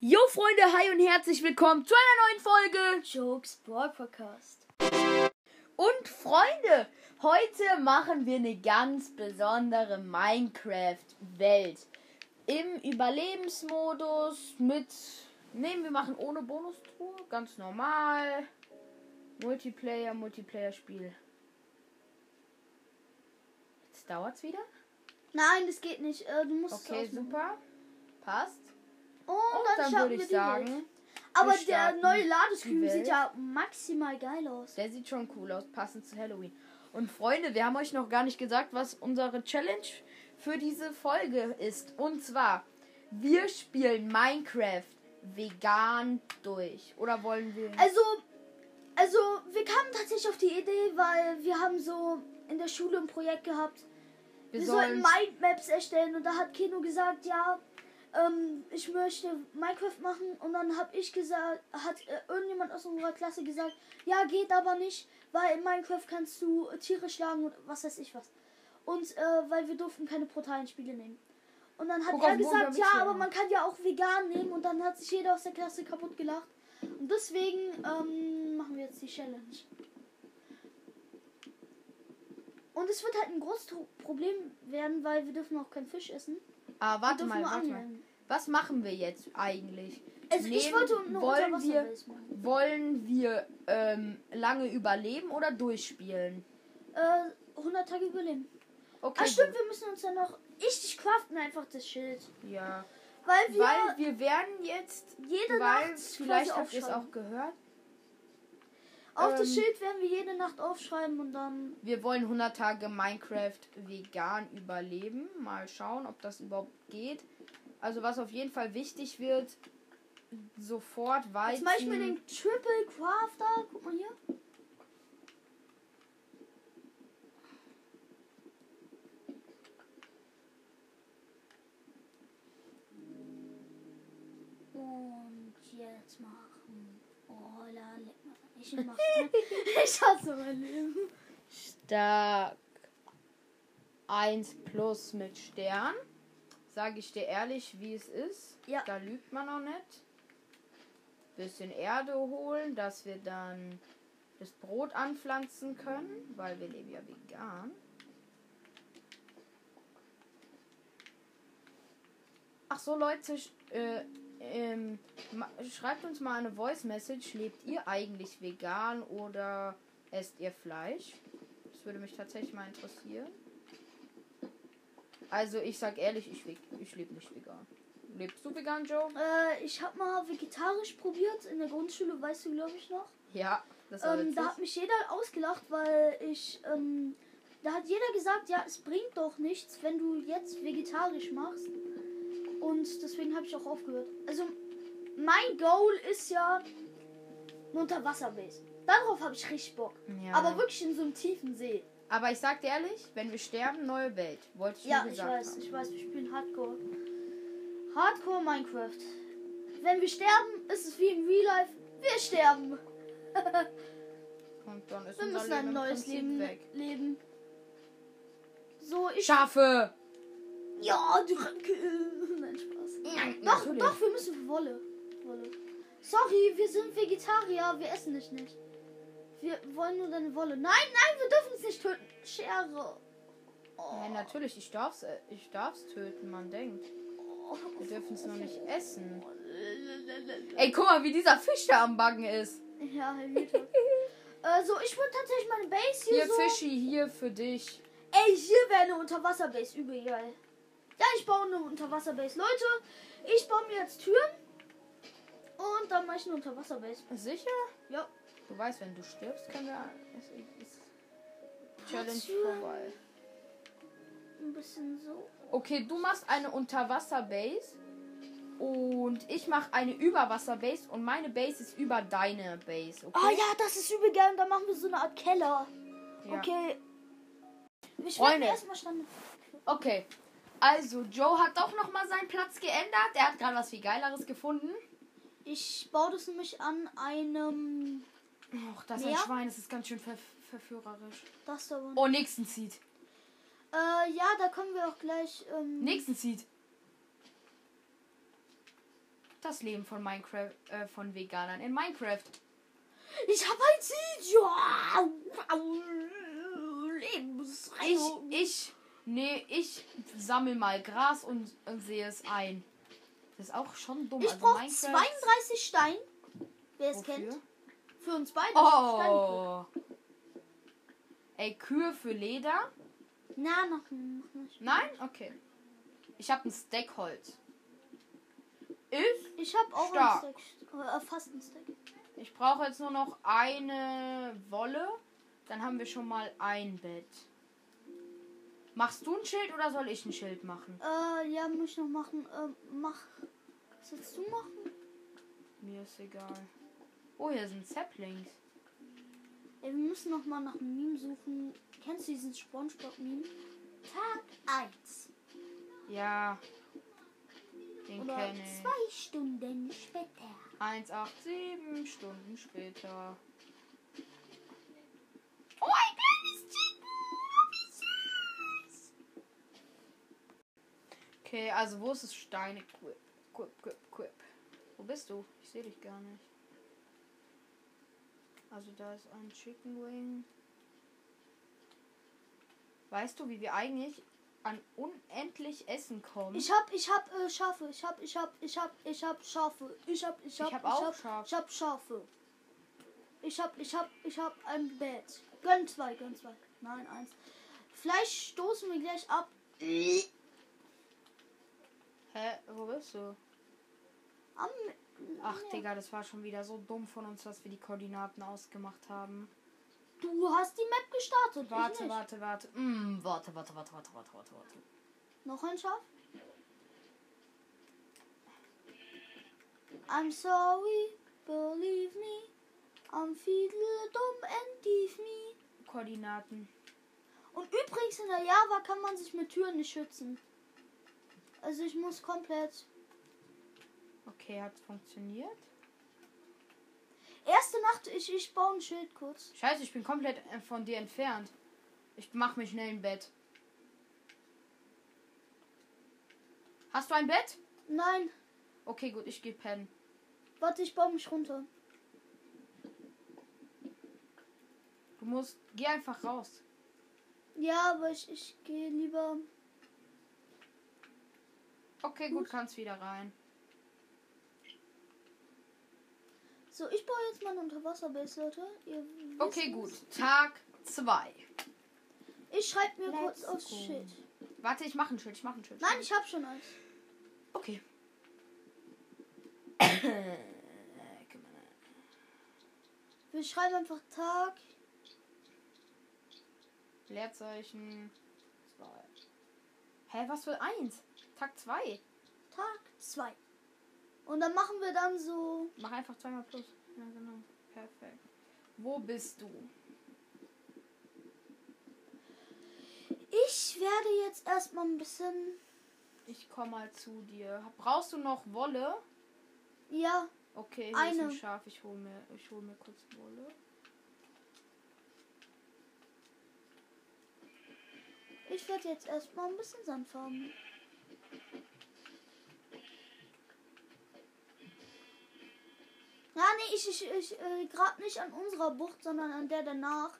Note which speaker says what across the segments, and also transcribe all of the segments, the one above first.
Speaker 1: Jo Freunde, hi und herzlich willkommen zu einer neuen Folge.
Speaker 2: Jokes Brawl Podcast.
Speaker 1: Und Freunde, heute machen wir eine ganz besondere Minecraft-Welt. Im Überlebensmodus mit... Nehmen wir machen ohne Bonustour, ganz normal. Multiplayer, Multiplayer-Spiel. Jetzt dauert's wieder.
Speaker 2: Nein, das geht nicht. Äh, Du musst
Speaker 1: Okay,
Speaker 2: es ausmachen.
Speaker 1: super. Passt.
Speaker 2: Und,
Speaker 1: Und
Speaker 2: dann,
Speaker 1: dann,
Speaker 2: starten
Speaker 1: würde
Speaker 2: wir
Speaker 1: ich
Speaker 2: die
Speaker 1: sagen...
Speaker 2: Welt. Aber der
Speaker 1: starten
Speaker 2: neue
Speaker 1: die
Speaker 2: Ladescreen
Speaker 1: Welt.
Speaker 2: sieht ja maximal geil aus.
Speaker 1: Der sieht schon cool aus, passend zu Halloween. Und Freunde, wir haben euch noch gar nicht gesagt, was unsere Challenge für diese Folge ist. Und zwar, wir spielen Minecraft vegan durch. Oder wollen wir.
Speaker 2: Also, also wir kamen tatsächlich auf die Idee, weil wir haben so in der Schule ein Projekt gehabt.
Speaker 1: wir
Speaker 2: wir sollten
Speaker 1: sollen.
Speaker 2: Mindmaps erstellen und da hat Keno gesagt, ja, ähm, ich möchte Minecraft machen und dann habe ich gesagt, hat äh, irgendjemand aus unserer Klasse gesagt, ja, geht aber nicht, weil in Minecraft kannst du Tiere schlagen und was weiß ich was. Und äh, weil wir durften keine brutalen Spiele nehmen. Und dann hat
Speaker 1: Guck
Speaker 2: er
Speaker 1: auf, wo wir
Speaker 2: gesagt, ja,
Speaker 1: mitschlagen.
Speaker 2: aber man kann ja auch vegan nehmen und dann hat sich jeder aus der Klasse kaputt gelacht. Und deswegen ähm, machen wir jetzt die Challenge. Und es wird halt ein großes To- Problem werden, weil wir dürfen auch keinen Fisch essen.
Speaker 1: Ah,
Speaker 2: Wir
Speaker 1: warte
Speaker 2: dürfen
Speaker 1: mal,
Speaker 2: nur
Speaker 1: warte mal.
Speaker 2: angeln.
Speaker 1: Was machen wir jetzt eigentlich?
Speaker 2: Also ich
Speaker 1: Nehmen-
Speaker 2: wollte nur
Speaker 1: wollen
Speaker 2: unter
Speaker 1: wir-
Speaker 2: Wasser machen.
Speaker 1: Wollen wir ähm, lange überleben oder durchspielen?
Speaker 2: Äh, 100 Tage überleben.
Speaker 1: Okay.
Speaker 2: Ah stimmt, wir müssen uns dann noch... Ich, ich craften einfach das Schild.
Speaker 1: gut. Ja.
Speaker 2: Weil wir
Speaker 1: Weil wir werden jetzt.
Speaker 2: jede
Speaker 1: Weil
Speaker 2: Nacht
Speaker 1: vielleicht
Speaker 2: quasi
Speaker 1: habt ihr es
Speaker 2: aufschreiben.
Speaker 1: auch gehört.
Speaker 2: Auf das
Speaker 1: ähm,
Speaker 2: Schild werden wir jede Nacht aufschreiben und dann...
Speaker 1: Wir wollen 100 Tage Minecraft vegan überleben. Mal schauen, ob das überhaupt geht. Also was auf jeden Fall wichtig wird, sofort
Speaker 2: Jetzt
Speaker 1: Weizen.
Speaker 2: mache ich mir den Triple Crafter. Guck mal hier. Und jetzt machen. Oh, la, leck mal. Ich mach. ich hasse mein Leben.
Speaker 1: Stark 1 plus mit Stern. Sage ich dir ehrlich, wie es ist.
Speaker 2: Ja.
Speaker 1: Da lügt man auch nicht. Bisschen Erde holen, dass wir dann das Brot anpflanzen können, weil wir leben ja vegan. Ach so, Leute, sch- äh, ähm, ma- schreibt uns mal eine Voice Message. Lebt ihr eigentlich vegan oder esst ihr Fleisch? Das würde mich tatsächlich mal interessieren. Also, ich sag ehrlich, ich, we- ich lebe nicht vegan. Lebst du vegan, Joe?
Speaker 2: Äh, ich habe mal vegetarisch probiert in der Grundschule, weißt du, glaube ich, noch.
Speaker 1: Ja, das war
Speaker 2: Ähm,
Speaker 1: witzig.
Speaker 2: da hat mich jeder ausgelacht, weil ich. Ähm, da hat jeder gesagt, ja, es bringt doch nichts, wenn du jetzt vegetarisch machst. Und deswegen habe ich auch aufgehört. Also, mein Goal ist ja ein Unterwasserbase. Darauf habe ich richtig Bock.
Speaker 1: ja.
Speaker 2: Aber wirklich in so einem tiefen See.
Speaker 1: Aber ich sag dir ehrlich, wenn wir sterben, neue Welt. Wollte ich
Speaker 2: Ja,
Speaker 1: nur
Speaker 2: ich
Speaker 1: gesagt
Speaker 2: weiß,
Speaker 1: haben.
Speaker 2: ich weiß, wir spielen Hardcore. Hardcore Minecraft. Wenn wir sterben, ist es wie im Real Life. Wir sterben.
Speaker 1: Und dann ist
Speaker 2: Wir
Speaker 1: unser
Speaker 2: müssen ein
Speaker 1: im
Speaker 2: neues
Speaker 1: Prinzip
Speaker 2: Leben
Speaker 1: weg.
Speaker 2: leben. So, ich.
Speaker 1: Schafe!
Speaker 2: Ja, du Ranke. Nein, Spaß.
Speaker 1: Nein,
Speaker 2: Doch,
Speaker 1: natürlich.
Speaker 2: doch, wir müssen für Wolle. Wolle. Sorry, wir sind Vegetarier, wir essen nicht nicht. Wir wollen nur deine Wolle. Nein, nein, wir dürfen es nicht töten. Schere. Oh.
Speaker 1: Nein, natürlich, ich darf's, äh, ich darf's töten, man denkt. Wir dürfen es noch nicht essen. Ey, guck mal, wie dieser Fisch da am Backen ist.
Speaker 2: Ja, Helmut. Also, ich würde tatsächlich meine Base hier,
Speaker 1: Hier,
Speaker 2: so.
Speaker 1: Fischi, hier für dich.
Speaker 2: Ey, hier wäre eine Unterwasserbase übel geil. Ja, ich baue eine Unterwasserbase. Leute, ich baue mir jetzt Türen. Und dann mache ich eine Unterwasserbase.
Speaker 1: Sicher?
Speaker 2: Ja.
Speaker 1: Du weißt, wenn du stirbst, können wir. Ist, ist Challenge
Speaker 2: Türen.
Speaker 1: vorbei.
Speaker 2: Ein bisschen so.
Speaker 1: Okay, du machst eine Unterwasser-Base und ich mache eine Überwasser-Base und meine Base ist über deine Base. Okay?
Speaker 2: Oh ja, das ist übel geil. Und dann machen wir so eine Art Keller.
Speaker 1: Ja.
Speaker 2: Okay. Ich
Speaker 1: Freunde.
Speaker 2: werde erstmal stand.
Speaker 1: Okay. Also, Joe hat doch noch mal seinen Platz geändert. Er hat gerade was viel Geileres gefunden.
Speaker 2: Ich baue das nämlich an einem.
Speaker 1: Och, das
Speaker 2: Mehr?
Speaker 1: Schwein. Das ist ganz schön ver verführerisch.
Speaker 2: Das da war.
Speaker 1: Oh, nächsten zieht.
Speaker 2: Äh, ja, da kommen wir auch gleich. Ähm,
Speaker 1: Nächsten zieht. Das Leben von Minecraft, äh, von Veganern in Minecraft.
Speaker 2: Ich habe ein Video.
Speaker 1: Ich,
Speaker 2: Lebensreihung.
Speaker 1: ich, nee, ich sammel mal Gras und, und sehe es ein. Das ist auch schon dumm.
Speaker 2: Ich
Speaker 1: also
Speaker 2: brauche
Speaker 1: Minecraft-
Speaker 2: 32 Stein. Wer es
Speaker 1: Wofür?
Speaker 2: kennt. Für uns beide. Steinbrück.
Speaker 1: Oh. Ey, Kühe für Leder?
Speaker 2: Na, noch, noch nicht.
Speaker 1: Nein? Okay. Ich habe ein Stack Holz. Ich?
Speaker 2: Ich habe auch
Speaker 1: Stark.
Speaker 2: einen Stack. Äh, fast einen Stack.
Speaker 1: Ich brauche jetzt nur noch eine Wolle. Dann haben wir schon mal ein Bett. Machst du ein Schild oder soll ich ein Schild machen?
Speaker 2: Äh, ja, muss ich noch machen. Äh, mach. Was willst du machen?
Speaker 1: Mir ist egal. Oh, hier sind Saplings.
Speaker 2: Ey, wir müssen noch mal nach einem Meme suchen. Kennst du diesen Spongebob-Meme? Tag 1.
Speaker 1: Ja. Den
Speaker 2: Oder
Speaker 1: kenne ich.
Speaker 2: zwei Stunden später.
Speaker 1: 187 Stunden später.
Speaker 2: Oh, ein kleines Chibu.
Speaker 1: Okay, also wo ist das Steine? Quip, quip, quip, quip. Wo bist du? Ich sehe dich gar nicht. Also da ist ein Chicken Wing. Weißt du, wie wir eigentlich an unendlich Essen kommen?
Speaker 2: Ich hab, ich hab äh, Schafe. Ich hab, ich hab, ich hab, ich hab Schafe. Ich hab, ich hab,
Speaker 1: Ich hab auch
Speaker 2: hab,
Speaker 1: Schafe.
Speaker 2: Ich hab Schafe. Ich hab, ich hab, ich hab ein Bett. Gönn zwei, gönn zwei. Nein, eins. Fleisch stoßen wir gleich ab.
Speaker 1: Hä, wo bist du?
Speaker 2: Am,
Speaker 1: Ach, Digga, das war schon wieder so dumm von uns, dass wir die Koordinaten ausgemacht haben.
Speaker 2: du hast die Map gestartet. ich
Speaker 1: Warte,
Speaker 2: nicht.
Speaker 1: warte, warte. Mm, warte, warte, warte, warte, warte, warte, warte.
Speaker 2: Noch ein Schaf? I'm sorry, believe me. I'm fiddle dumm and thief me.
Speaker 1: Koordinaten.
Speaker 2: Und übrigens in der Java kann man sich mit Türen nicht schützen. Also ich muss komplett.
Speaker 1: Okay, hat's funktioniert?
Speaker 2: Erste Nacht, ich, ich baue ein Schild kurz.
Speaker 1: Scheiße, ich bin komplett äh, von dir entfernt. Ich mach mich schnell ein Bett. Hast du ein Bett?
Speaker 2: Nein,
Speaker 1: Okay, gut, ich geh pennen.
Speaker 2: warte, ich baue mich runter.
Speaker 1: Du musst, geh einfach raus.
Speaker 2: Ja, aber ich, ich gehe lieber.
Speaker 1: Okay, gut, kannst wieder rein.
Speaker 2: So, ich baue jetzt meine Unterwasserbase, Leute. Ihr wisst
Speaker 1: Okay,
Speaker 2: es.
Speaker 1: gut. Tag 2.
Speaker 2: Ich schreibe mir
Speaker 1: Let's
Speaker 2: kurz aufs
Speaker 1: go.
Speaker 2: Schild.
Speaker 1: Warte, ich mache ein Schild, ich mache ein Schild.
Speaker 2: Nein, ich habe schon eins.
Speaker 1: Okay.
Speaker 2: Wir schreiben einfach Tag.
Speaker 1: Leerzeichen 2. Hä, was für eins? Tag 2.
Speaker 2: Tag 2. Und dann machen wir dann so.
Speaker 1: Mach einfach zweimal plus. Ja, genau. Perfekt. Wo bist du?
Speaker 2: Ich werde jetzt erstmal ein bisschen.
Speaker 1: Ich komme mal zu dir. Brauchst du noch Wolle?
Speaker 2: Ja,
Speaker 1: Okay, hier ist
Speaker 2: Eine.
Speaker 1: ein Schaf. Ich hole mir, ich hol mir kurz Wolle.
Speaker 2: ich werde jetzt erstmal ein bisschen Sand farben. Ja, nee, ich, ich, ich äh, grab nicht an unserer Bucht, sondern an der danach.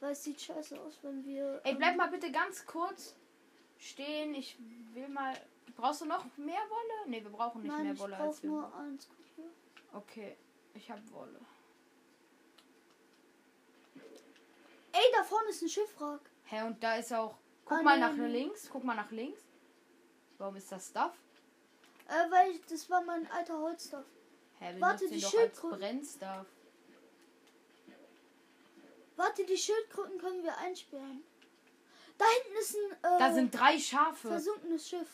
Speaker 2: Weil es sieht scheiße aus, wenn wir.
Speaker 1: Ey,
Speaker 2: ähm,
Speaker 1: bleib mal bitte ganz kurz stehen. Ich will mal. Brauchst du noch mehr Wolle? Ne, wir brauchen nicht
Speaker 2: Nein,
Speaker 1: mehr
Speaker 2: ich
Speaker 1: Wolle
Speaker 2: brauch
Speaker 1: als wir.
Speaker 2: nur eins. Guck hier.
Speaker 1: Okay, ich habe Wolle.
Speaker 2: Ey, da vorne ist ein Schiffwrack.
Speaker 1: Hä, und da ist auch. Guck
Speaker 2: Ah,
Speaker 1: mal
Speaker 2: nee,
Speaker 1: nach
Speaker 2: nee.
Speaker 1: links. Guck mal nach links. Warum ist das Stuff?
Speaker 2: Äh, weil ich, das war mein alter Holzstoff.
Speaker 1: Hä, wir
Speaker 2: Warte,
Speaker 1: nutzen
Speaker 2: die
Speaker 1: doch als
Speaker 2: Schildkröte-
Speaker 1: Brennstuff.
Speaker 2: Warte, die Schildkröten können wir einsperren. Da hinten ist ein äh,
Speaker 1: Da sind drei Schafe.
Speaker 2: versunkenes Schiff.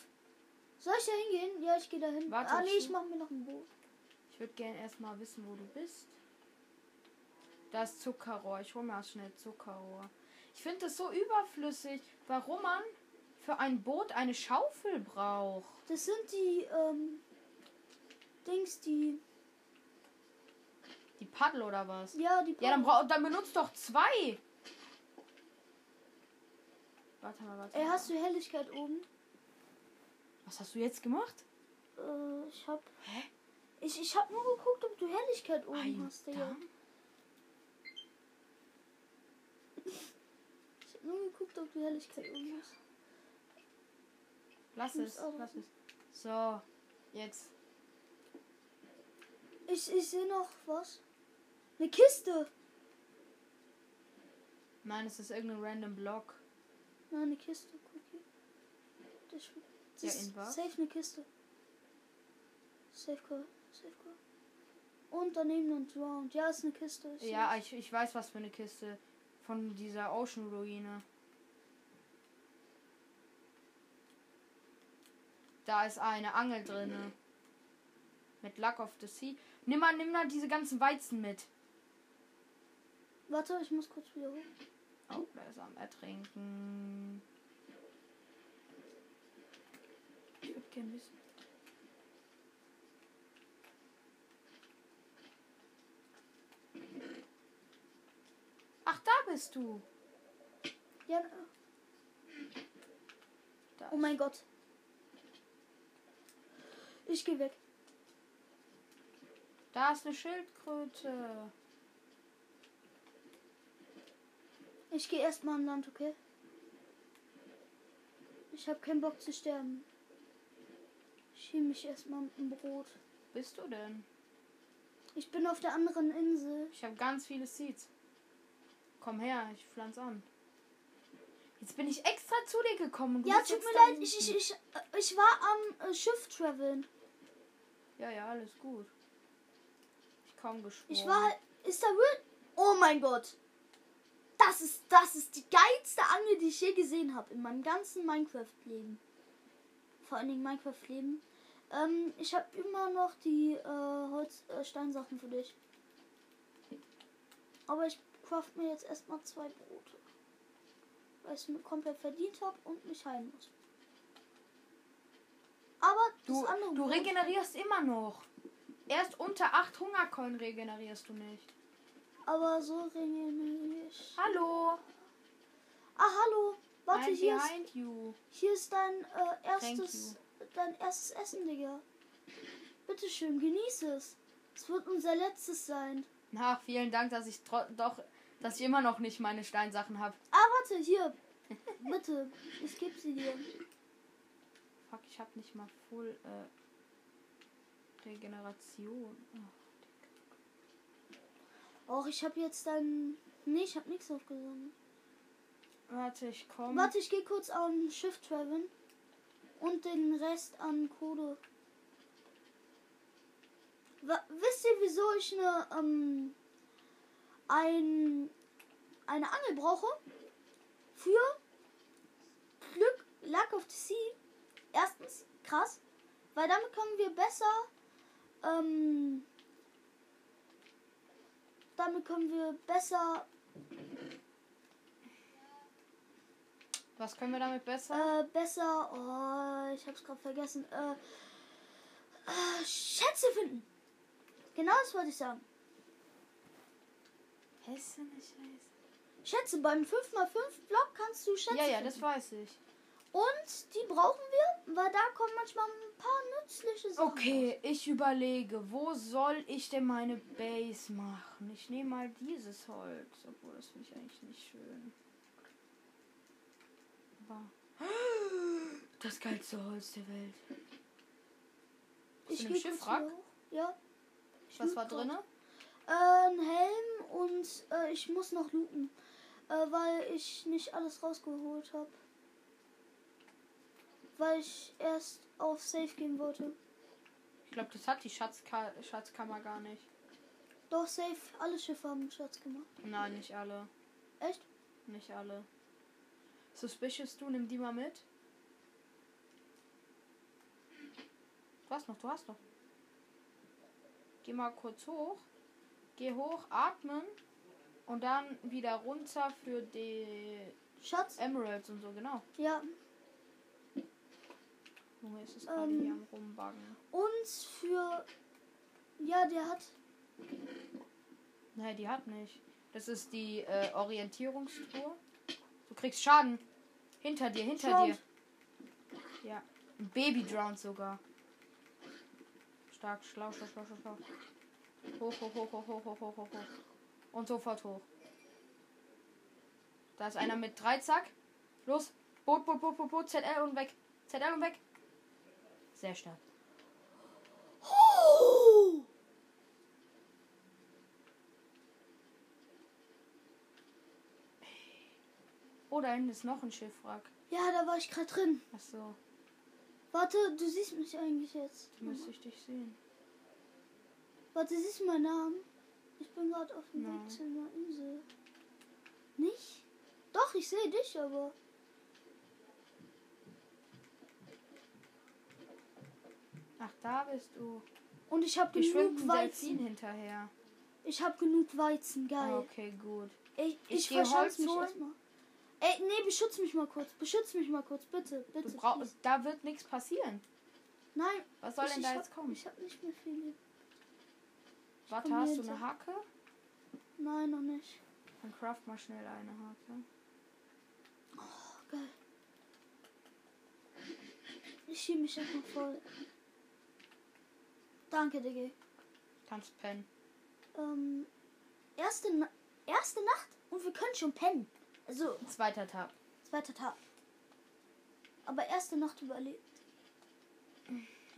Speaker 2: Soll ich da hingehen? Ja, ich gehe da hin.
Speaker 1: Warte,
Speaker 2: Ah, nee,
Speaker 1: ich-
Speaker 2: ich mache mir noch ein Boot.
Speaker 1: Ich würde gerne erstmal wissen, wo du bist. Da ist Zuckerrohr. Ich hole mir erst schnell Zuckerrohr. Ich finde das so überflüssig, warum man für ein Boot eine Schaufel braucht.
Speaker 2: Das sind die ähm, Dings, die.
Speaker 1: Die Paddel oder was?
Speaker 2: Ja, die.
Speaker 1: Ja, dann, brauch, dann benutzt doch zwei. Warte mal, warte
Speaker 2: Ey,
Speaker 1: mal.
Speaker 2: hast du Helligkeit oben?
Speaker 1: was hast du jetzt gemacht?
Speaker 2: Äh, ich hab.
Speaker 1: Hä?
Speaker 2: Ich, ich habe nur geguckt, ob du Helligkeit oben
Speaker 1: Ein
Speaker 2: Oh, hast, Digga.
Speaker 1: Darm?
Speaker 2: Ich habe nur geguckt, ob du Helligkeit oben hast.
Speaker 1: Lass es, lass es. So, jetzt.
Speaker 2: Ich, ich sehe noch was. Eine Kiste.
Speaker 1: Nein, es ist irgendein random Block.
Speaker 2: Nein, eine Kiste. Guck hier. Das, ist- das
Speaker 1: Ja, in
Speaker 2: ist
Speaker 1: was?
Speaker 2: safe eine Kiste. Safe call. Safe call. Und daneben ein Drowned. Ja, ist eine Kiste. Ist
Speaker 1: Ja, ich, ich weiß, was für eine Kiste. Von dieser Ocean-Ruine. Da ist eine Angel drin. Mit Luck of the Sea. Nimm mal, nimm mal diese ganzen Weizen mit.
Speaker 2: Warte, ich muss kurz wieder hoch.
Speaker 1: Oh, da ist er am Ertrinken. Ich würde gerne wissen. Ach, da bist du.
Speaker 2: Ja,
Speaker 1: Da
Speaker 2: oh mein Gott. Ich gehe weg.
Speaker 1: Da ist eine Schildkröte.
Speaker 2: Ich gehe erstmal an Land, okay? Ich habe keinen Bock zu sterben. Ich schiebe mich erstmal mit dem Brot.
Speaker 1: Bist du denn?
Speaker 2: Ich bin auf der anderen Insel.
Speaker 1: Ich habe ganz viele Seeds. Komm her, ich pflanze an. Jetzt bin ich extra zu dir gekommen. Du
Speaker 2: Ja,
Speaker 1: bist
Speaker 2: tut
Speaker 1: jetzt
Speaker 2: mir
Speaker 1: da
Speaker 2: leid, ich, ich,
Speaker 1: hinten.
Speaker 2: ich, äh, ich war am äh, Schiff traveln.
Speaker 1: Ja, ja, alles gut. Ich kaum geschworen.
Speaker 2: Ich war halt. Ist da real? Oh mein Gott. Das ist, das ist die geilste Angel, die ich je gesehen habe in meinem ganzen Minecraft-Leben. Vor allen Dingen Minecraft-Leben. Ähm, ich habe immer noch die äh, Holz, äh, Steinsachen für dich. Aber ich craft mir jetzt erstmal zwei Brote. Weil ich es mir komplett verdient habe und mich heilen muss. Aber das
Speaker 1: Du,
Speaker 2: andere
Speaker 1: du
Speaker 2: Brot-
Speaker 1: regenerierst immer noch. Erst unter 8 Hungerkeulen regenerierst du nicht.
Speaker 2: Aber so regeneriere ich.
Speaker 1: Hallo.
Speaker 2: Ah, hallo. Warte,
Speaker 1: I'm
Speaker 2: hier ist,
Speaker 1: behind you.
Speaker 2: hier ist dein äh,
Speaker 1: Thank
Speaker 2: erstes dein erstes Essen, Digga. Bitte schön, genieße es. Es wird unser letztes sein.
Speaker 1: Na, vielen Dank, dass ich tro- doch, dass ich immer noch nicht meine Steinsachen habe.
Speaker 2: Ah, warte, hier. Bitte, ich gebe sie dir.
Speaker 1: Fuck, ich hab nicht mal voll äh, Regeneration. Ach,
Speaker 2: Och, ich habe jetzt dein... Nee, ich habe nichts aufgesammelt.
Speaker 1: Warte, ich komme.
Speaker 2: Warte, ich gehe kurz an Schiff traveln. Und den Rest an Kodo. Wa- Wisst ihr, wieso ich eine, ähm, ein, eine Angel brauche? Für Glück, Luck of the Sea. Erstens, krass. Weil damit können wir besser, ähm, damit können wir besser
Speaker 1: Was können wir damit besser?
Speaker 2: Äh, besser. Oh, ich hab's gerade vergessen. Äh, äh, Schätze finden. Genau das wollte ich sagen.
Speaker 1: Hessen, ich weiß.
Speaker 2: Schätze, beim 5x5 Block kannst du Schätze
Speaker 1: Ja, ja,
Speaker 2: finden.
Speaker 1: das weiß ich.
Speaker 2: Und die brauchen wir, weil da kommen manchmal ein paar nützliche Sachen.
Speaker 1: Okay, ich überlege, wo soll ich denn meine Base machen? Ich nehme mal dieses Holz, obwohl das finde ich eigentlich nicht schön. Aber das geilste Holz der Welt.
Speaker 2: raus. Ich
Speaker 1: in dem
Speaker 2: gehe
Speaker 1: Schiff
Speaker 2: kurz wieder
Speaker 1: Wrack?
Speaker 2: hoch. Ja. Ich
Speaker 1: Was
Speaker 2: loot
Speaker 1: war
Speaker 2: grad.
Speaker 1: drinne?
Speaker 2: Äh, ein Helm und äh, ich muss noch looten. Äh, weil ich nicht alles rausgeholt habe. Weil ich erst auf Safe gehen wollte.
Speaker 1: Ich glaube, das hat die Schatzka Schatzkammer gar nicht.
Speaker 2: Doch, safe. Alle Schiffe haben einen Schatz gemacht.
Speaker 1: Nein, nicht alle.
Speaker 2: Echt?
Speaker 1: Nicht alle. Suspicious, du nimm die mal mit. Du hast noch, du hast noch. Geh mal kurz hoch. Geh hoch, atmen. Und dann wieder runter für die
Speaker 2: Schatz?
Speaker 1: Emeralds und so, genau.
Speaker 2: Ja.
Speaker 1: Junge, es ist gerade
Speaker 2: Ähm.
Speaker 1: hier am Rumwagen.
Speaker 2: Und für. Ja, der hat.
Speaker 1: Nein, die hat nicht. Das ist die äh, Orientierungstour. Du kriegst Schaden. Hinter dir, hinter dir.
Speaker 2: Drowned.
Speaker 1: Ein Baby drowned sogar. Stark, schlau, schlau, schlau, schlau, schlau. Hoch, hoch, hoch, hoch, hoch, hoch, hoch, hoch, hoch. Und sofort hoch. Da ist einer mit drei, zack. Los. Boot, Boot, Boot, Boot, Boot. ZL und weg. ZL und weg. Sehr stark.
Speaker 2: Oh!
Speaker 1: Oh, da hinten ist noch ein Schiffwrack.
Speaker 2: Ja, da war ich gerade drin.
Speaker 1: Achso,
Speaker 2: Warte, du siehst mich eigentlich jetzt.
Speaker 1: da müsste ich dich sehen.
Speaker 2: Warte, siehst du meinen Namen? Ich bin gerade auf dem
Speaker 1: Nein.
Speaker 2: Weg zu einer Insel. Nicht? Doch, ich sehe dich aber.
Speaker 1: Ach, da bist du.
Speaker 2: Und ich habe
Speaker 1: Wir schwimmen
Speaker 2: genug
Speaker 1: dem
Speaker 2: Weizen.
Speaker 1: Delfin hinterher.
Speaker 2: Ich habe genug Weizen, geil.
Speaker 1: Ah, okay, gut.
Speaker 2: Ich,
Speaker 1: Ich
Speaker 2: ich
Speaker 1: geh
Speaker 2: verschanze
Speaker 1: Holz
Speaker 2: mich
Speaker 1: holen.
Speaker 2: erstmal. Ey, nee, beschütz mich mal kurz. Beschütz mich mal kurz, bitte. bitte
Speaker 1: Du
Speaker 2: please.
Speaker 1: brauchst, da wird nichts passieren.
Speaker 2: Nein,
Speaker 1: Was soll
Speaker 2: ich,
Speaker 1: denn da
Speaker 2: ich
Speaker 1: jetzt
Speaker 2: hab,
Speaker 1: kommen?
Speaker 2: Ich habe nicht mehr viel. Leben.
Speaker 1: Warte,
Speaker 2: komm
Speaker 1: hast du
Speaker 2: jetzt.
Speaker 1: eine Hacke?
Speaker 2: Nein, noch nicht.
Speaker 1: Dann craft mal schnell eine Hacke.
Speaker 2: Oh, geil. Ich schiebe mich erstmal voll. Danke, Digga.
Speaker 1: Kannst pennen.
Speaker 2: Ähm, erste, Na erste Nacht und wir können schon pennen. Also,
Speaker 1: Zweiter Tag.
Speaker 2: zweiter Tag. Aber erste Nacht überlebt.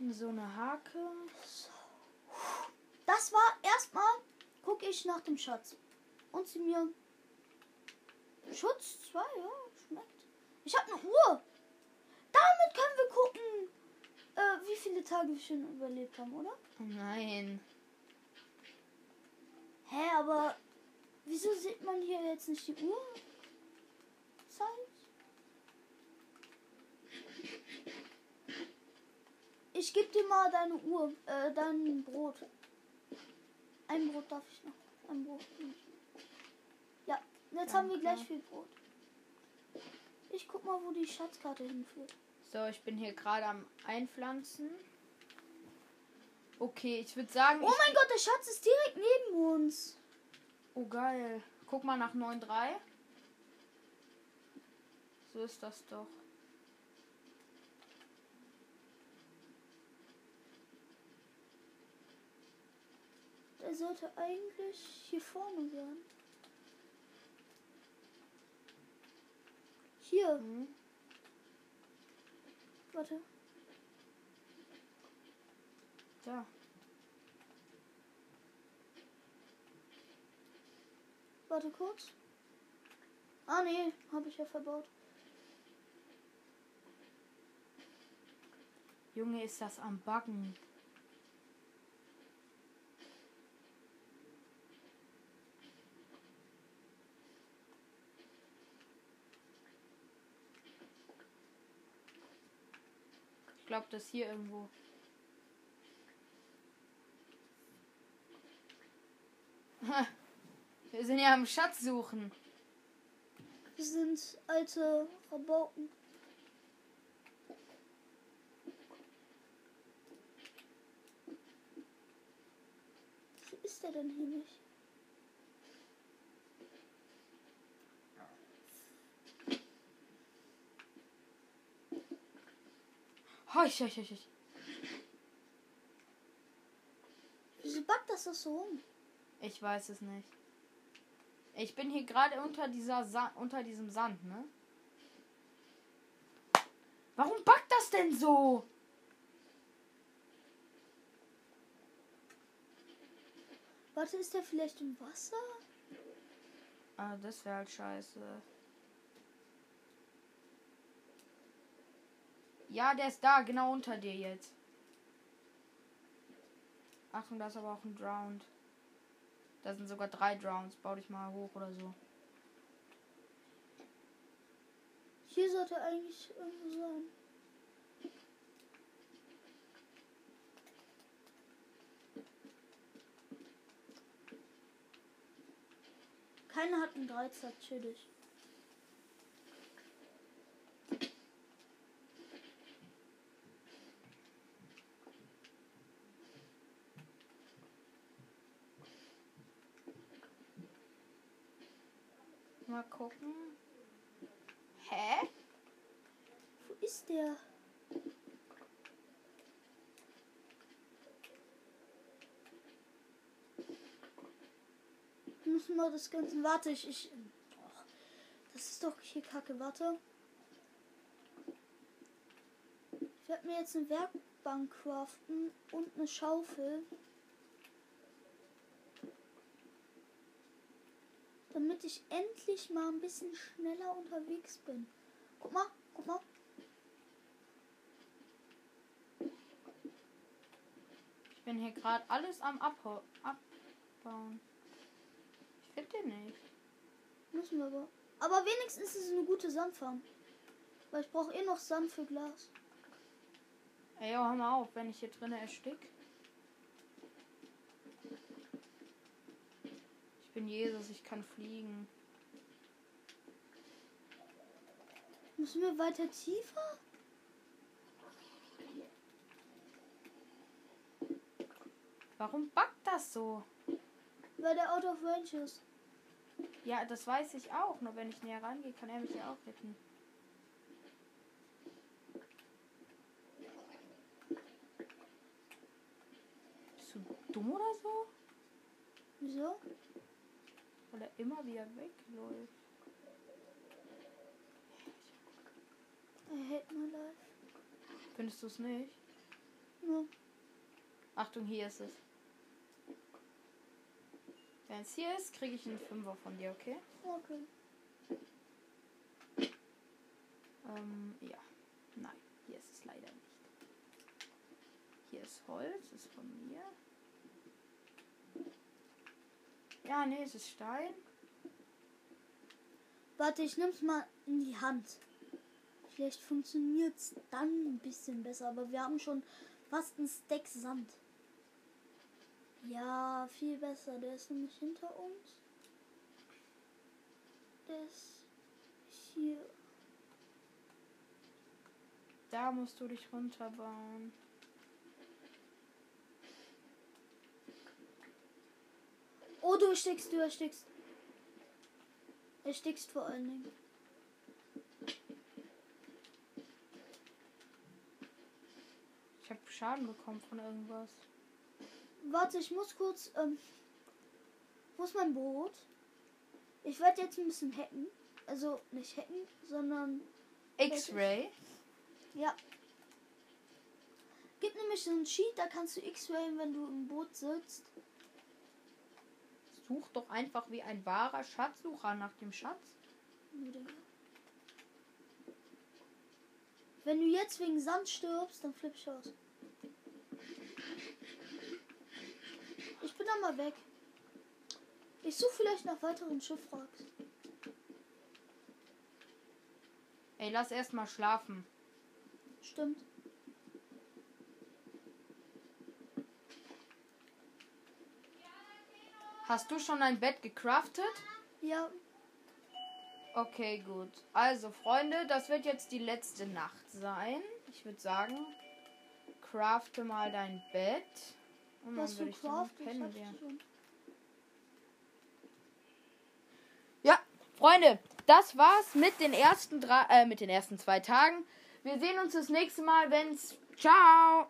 Speaker 1: So eine Hake.
Speaker 2: Das war erstmal, gucke ich nach dem Schatz. Und sie mir. Schutz 2, ja, schmeckt. Ich habe eine Uhr. Damit können wir gucken, äh, wie viele Tage wir schon überlebt haben, oder?
Speaker 1: Oh nein.
Speaker 2: Hä, aber wieso sieht man hier jetzt nicht die Uhr? Zeit? Ich gebe dir mal deine Uhr, äh, dein Brot. Ein Brot darf ich noch. Ein Brot. Ja, jetzt haben wir
Speaker 1: Danke.
Speaker 2: gleich viel Brot. Ich guck mal, wo die Schatzkarte hinführt.
Speaker 1: So, ich bin hier gerade am Einpflanzen. Okay, ich würde sagen.
Speaker 2: Oh mein Gott, der Schatz ist direkt neben uns.
Speaker 1: ich, oh geil. Guck mal nach 9.3. So ist das doch.
Speaker 2: Der sollte eigentlich hier vorne sein. Hier,
Speaker 1: Hm?
Speaker 2: warte.
Speaker 1: Da.
Speaker 2: Warte kurz. Ah nee, habe ich ja verbaut.
Speaker 1: Junge, ist das am Backen. Ich glaube, das hier irgendwo. Ha, Wir sind ja am Schatz suchen.
Speaker 2: Das sind alte Rabauken. Wieso ist der denn hier nicht?
Speaker 1: Heuch, heuch, heuch, heuch.
Speaker 2: Wieso backt das doch so um? rum?
Speaker 1: Ich weiß es nicht. Ich bin hier gerade unter dieser Sa unter diesem Sand, ne? Warum backt das denn so?
Speaker 2: Warte, ist der vielleicht im Wasser?
Speaker 1: Ah, das wäre halt scheiße. Ja, der ist da, genau unter dir jetzt. Achtung, da ist aber auch ein Drowned. Da sind sogar drei Drowns. Bau dich mal hoch oder so.
Speaker 2: Hier sollte eigentlich irgendwo sein. Keiner hat einen Dreizack, chill dich.
Speaker 1: Mal gucken. Hä?
Speaker 2: Wo ist der? Kostenmod des Ganzen. Warte, ich. ich Och, das ist doch hier kacke. Warte. Ich werde mir jetzt eine Werkbank craften und eine Schaufel. Damit ich endlich mal ein bisschen schneller unterwegs bin. Guck mal, guck mal.
Speaker 1: Ich bin hier gerade alles am Abhau abbauen. Ich finde den nicht.
Speaker 2: Müssen wir aber. Aber wenigstens ist es eine gute Sandfarm. Weil ich brauche eh noch Sand für Glas.
Speaker 1: Ey, yo, hör mal auf, wenn ich hier drin erstick. Ich bin Jesus, ich kann fliegen.
Speaker 2: Müssen wir weiter tiefer?
Speaker 1: Warum backt das so?
Speaker 2: Weil der out of range ist.
Speaker 1: Ja, das weiß ich auch. Nur wenn ich näher rangehe, kann er mich ja auch retten. Bist du dumm oder so?
Speaker 2: Wieso?
Speaker 1: Weil er immer wieder wegläuft.
Speaker 2: I hate my life.
Speaker 1: Findest du es nicht?
Speaker 2: No.
Speaker 1: Achtung, hier ist es. Wenn es hier ist, kriege ich einen Fünfer von dir, okay?
Speaker 2: Okay.
Speaker 1: Ähm, ja. Nein, hier ist es leider nicht. Hier ist Holz, ist von mir. Ja, nee, es ist Stein.
Speaker 2: Warte, ich nehm's mal in die Hand. Vielleicht funktioniert's dann ein bisschen besser, aber wir haben schon fast einen Stack Sand. Ja, viel besser. Der ist nämlich hinter uns. Der ist hier.
Speaker 1: Da musst du dich runterbauen.
Speaker 2: Oh, du erstickst, du erstickst. Erstickst vor allen Dingen.
Speaker 1: Ich habe Schaden bekommen von irgendwas.
Speaker 2: Warte, ich muss kurz. Ähm, wo ist mein Brot? Ich werde jetzt ein bisschen hacken. Also nicht hacken, sondern.
Speaker 1: X-Ray?
Speaker 2: Ja. Gibt nämlich so einen Cheat, da kannst du X-Rayen, wenn du im Boot sitzt.
Speaker 1: Such doch einfach wie ein wahrer Schatzsucher nach dem Schatz.
Speaker 2: Wenn du jetzt wegen Sand stirbst, dann flipp ich aus. Ich bin dann mal weg. Ich suche vielleicht nach weiteren Schiffwracks.
Speaker 1: Ey, lass erstmal schlafen.
Speaker 2: Stimmt.
Speaker 1: Hast du schon ein Bett gecraftet?
Speaker 2: Ja,
Speaker 1: Okay, gut. Also, Freunde, das wird jetzt die letzte Nacht sein. Ich würde sagen, crafte mal dein Bett. Und Hm, dann
Speaker 2: was für
Speaker 1: würde ich dann
Speaker 2: Craft? Ich
Speaker 1: pennen
Speaker 2: hab's
Speaker 1: gehen.
Speaker 2: schon.
Speaker 1: Ja, Freunde, das war's mit den ersten drei, äh, mit den ersten zwei Tagen. Wir sehen uns das nächste Mal, wenn's. Ciao!